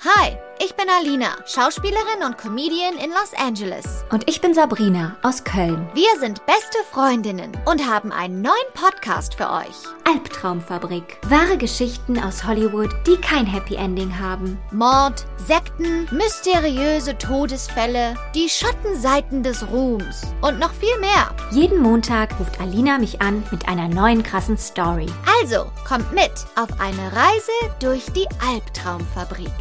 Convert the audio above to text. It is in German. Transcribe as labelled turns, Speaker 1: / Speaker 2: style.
Speaker 1: Hi, ich bin Alina, Schauspielerin und Comedian in Los Angeles.
Speaker 2: Und ich bin Sabrina aus Köln.
Speaker 1: Wir sind beste Freundinnen und haben einen neuen Podcast für euch.
Speaker 2: Albtraumfabrik. Wahre Geschichten aus Hollywood, die kein Happy Ending haben.
Speaker 1: Mord, Sekten, mysteriöse Todesfälle, die Schattenseiten des Ruhms und noch viel mehr.
Speaker 2: Jeden Montag ruft Alina mich an mit einer neuen krassen Story.
Speaker 1: Also, kommt mit auf eine Reise durch die Albtraumfabrik.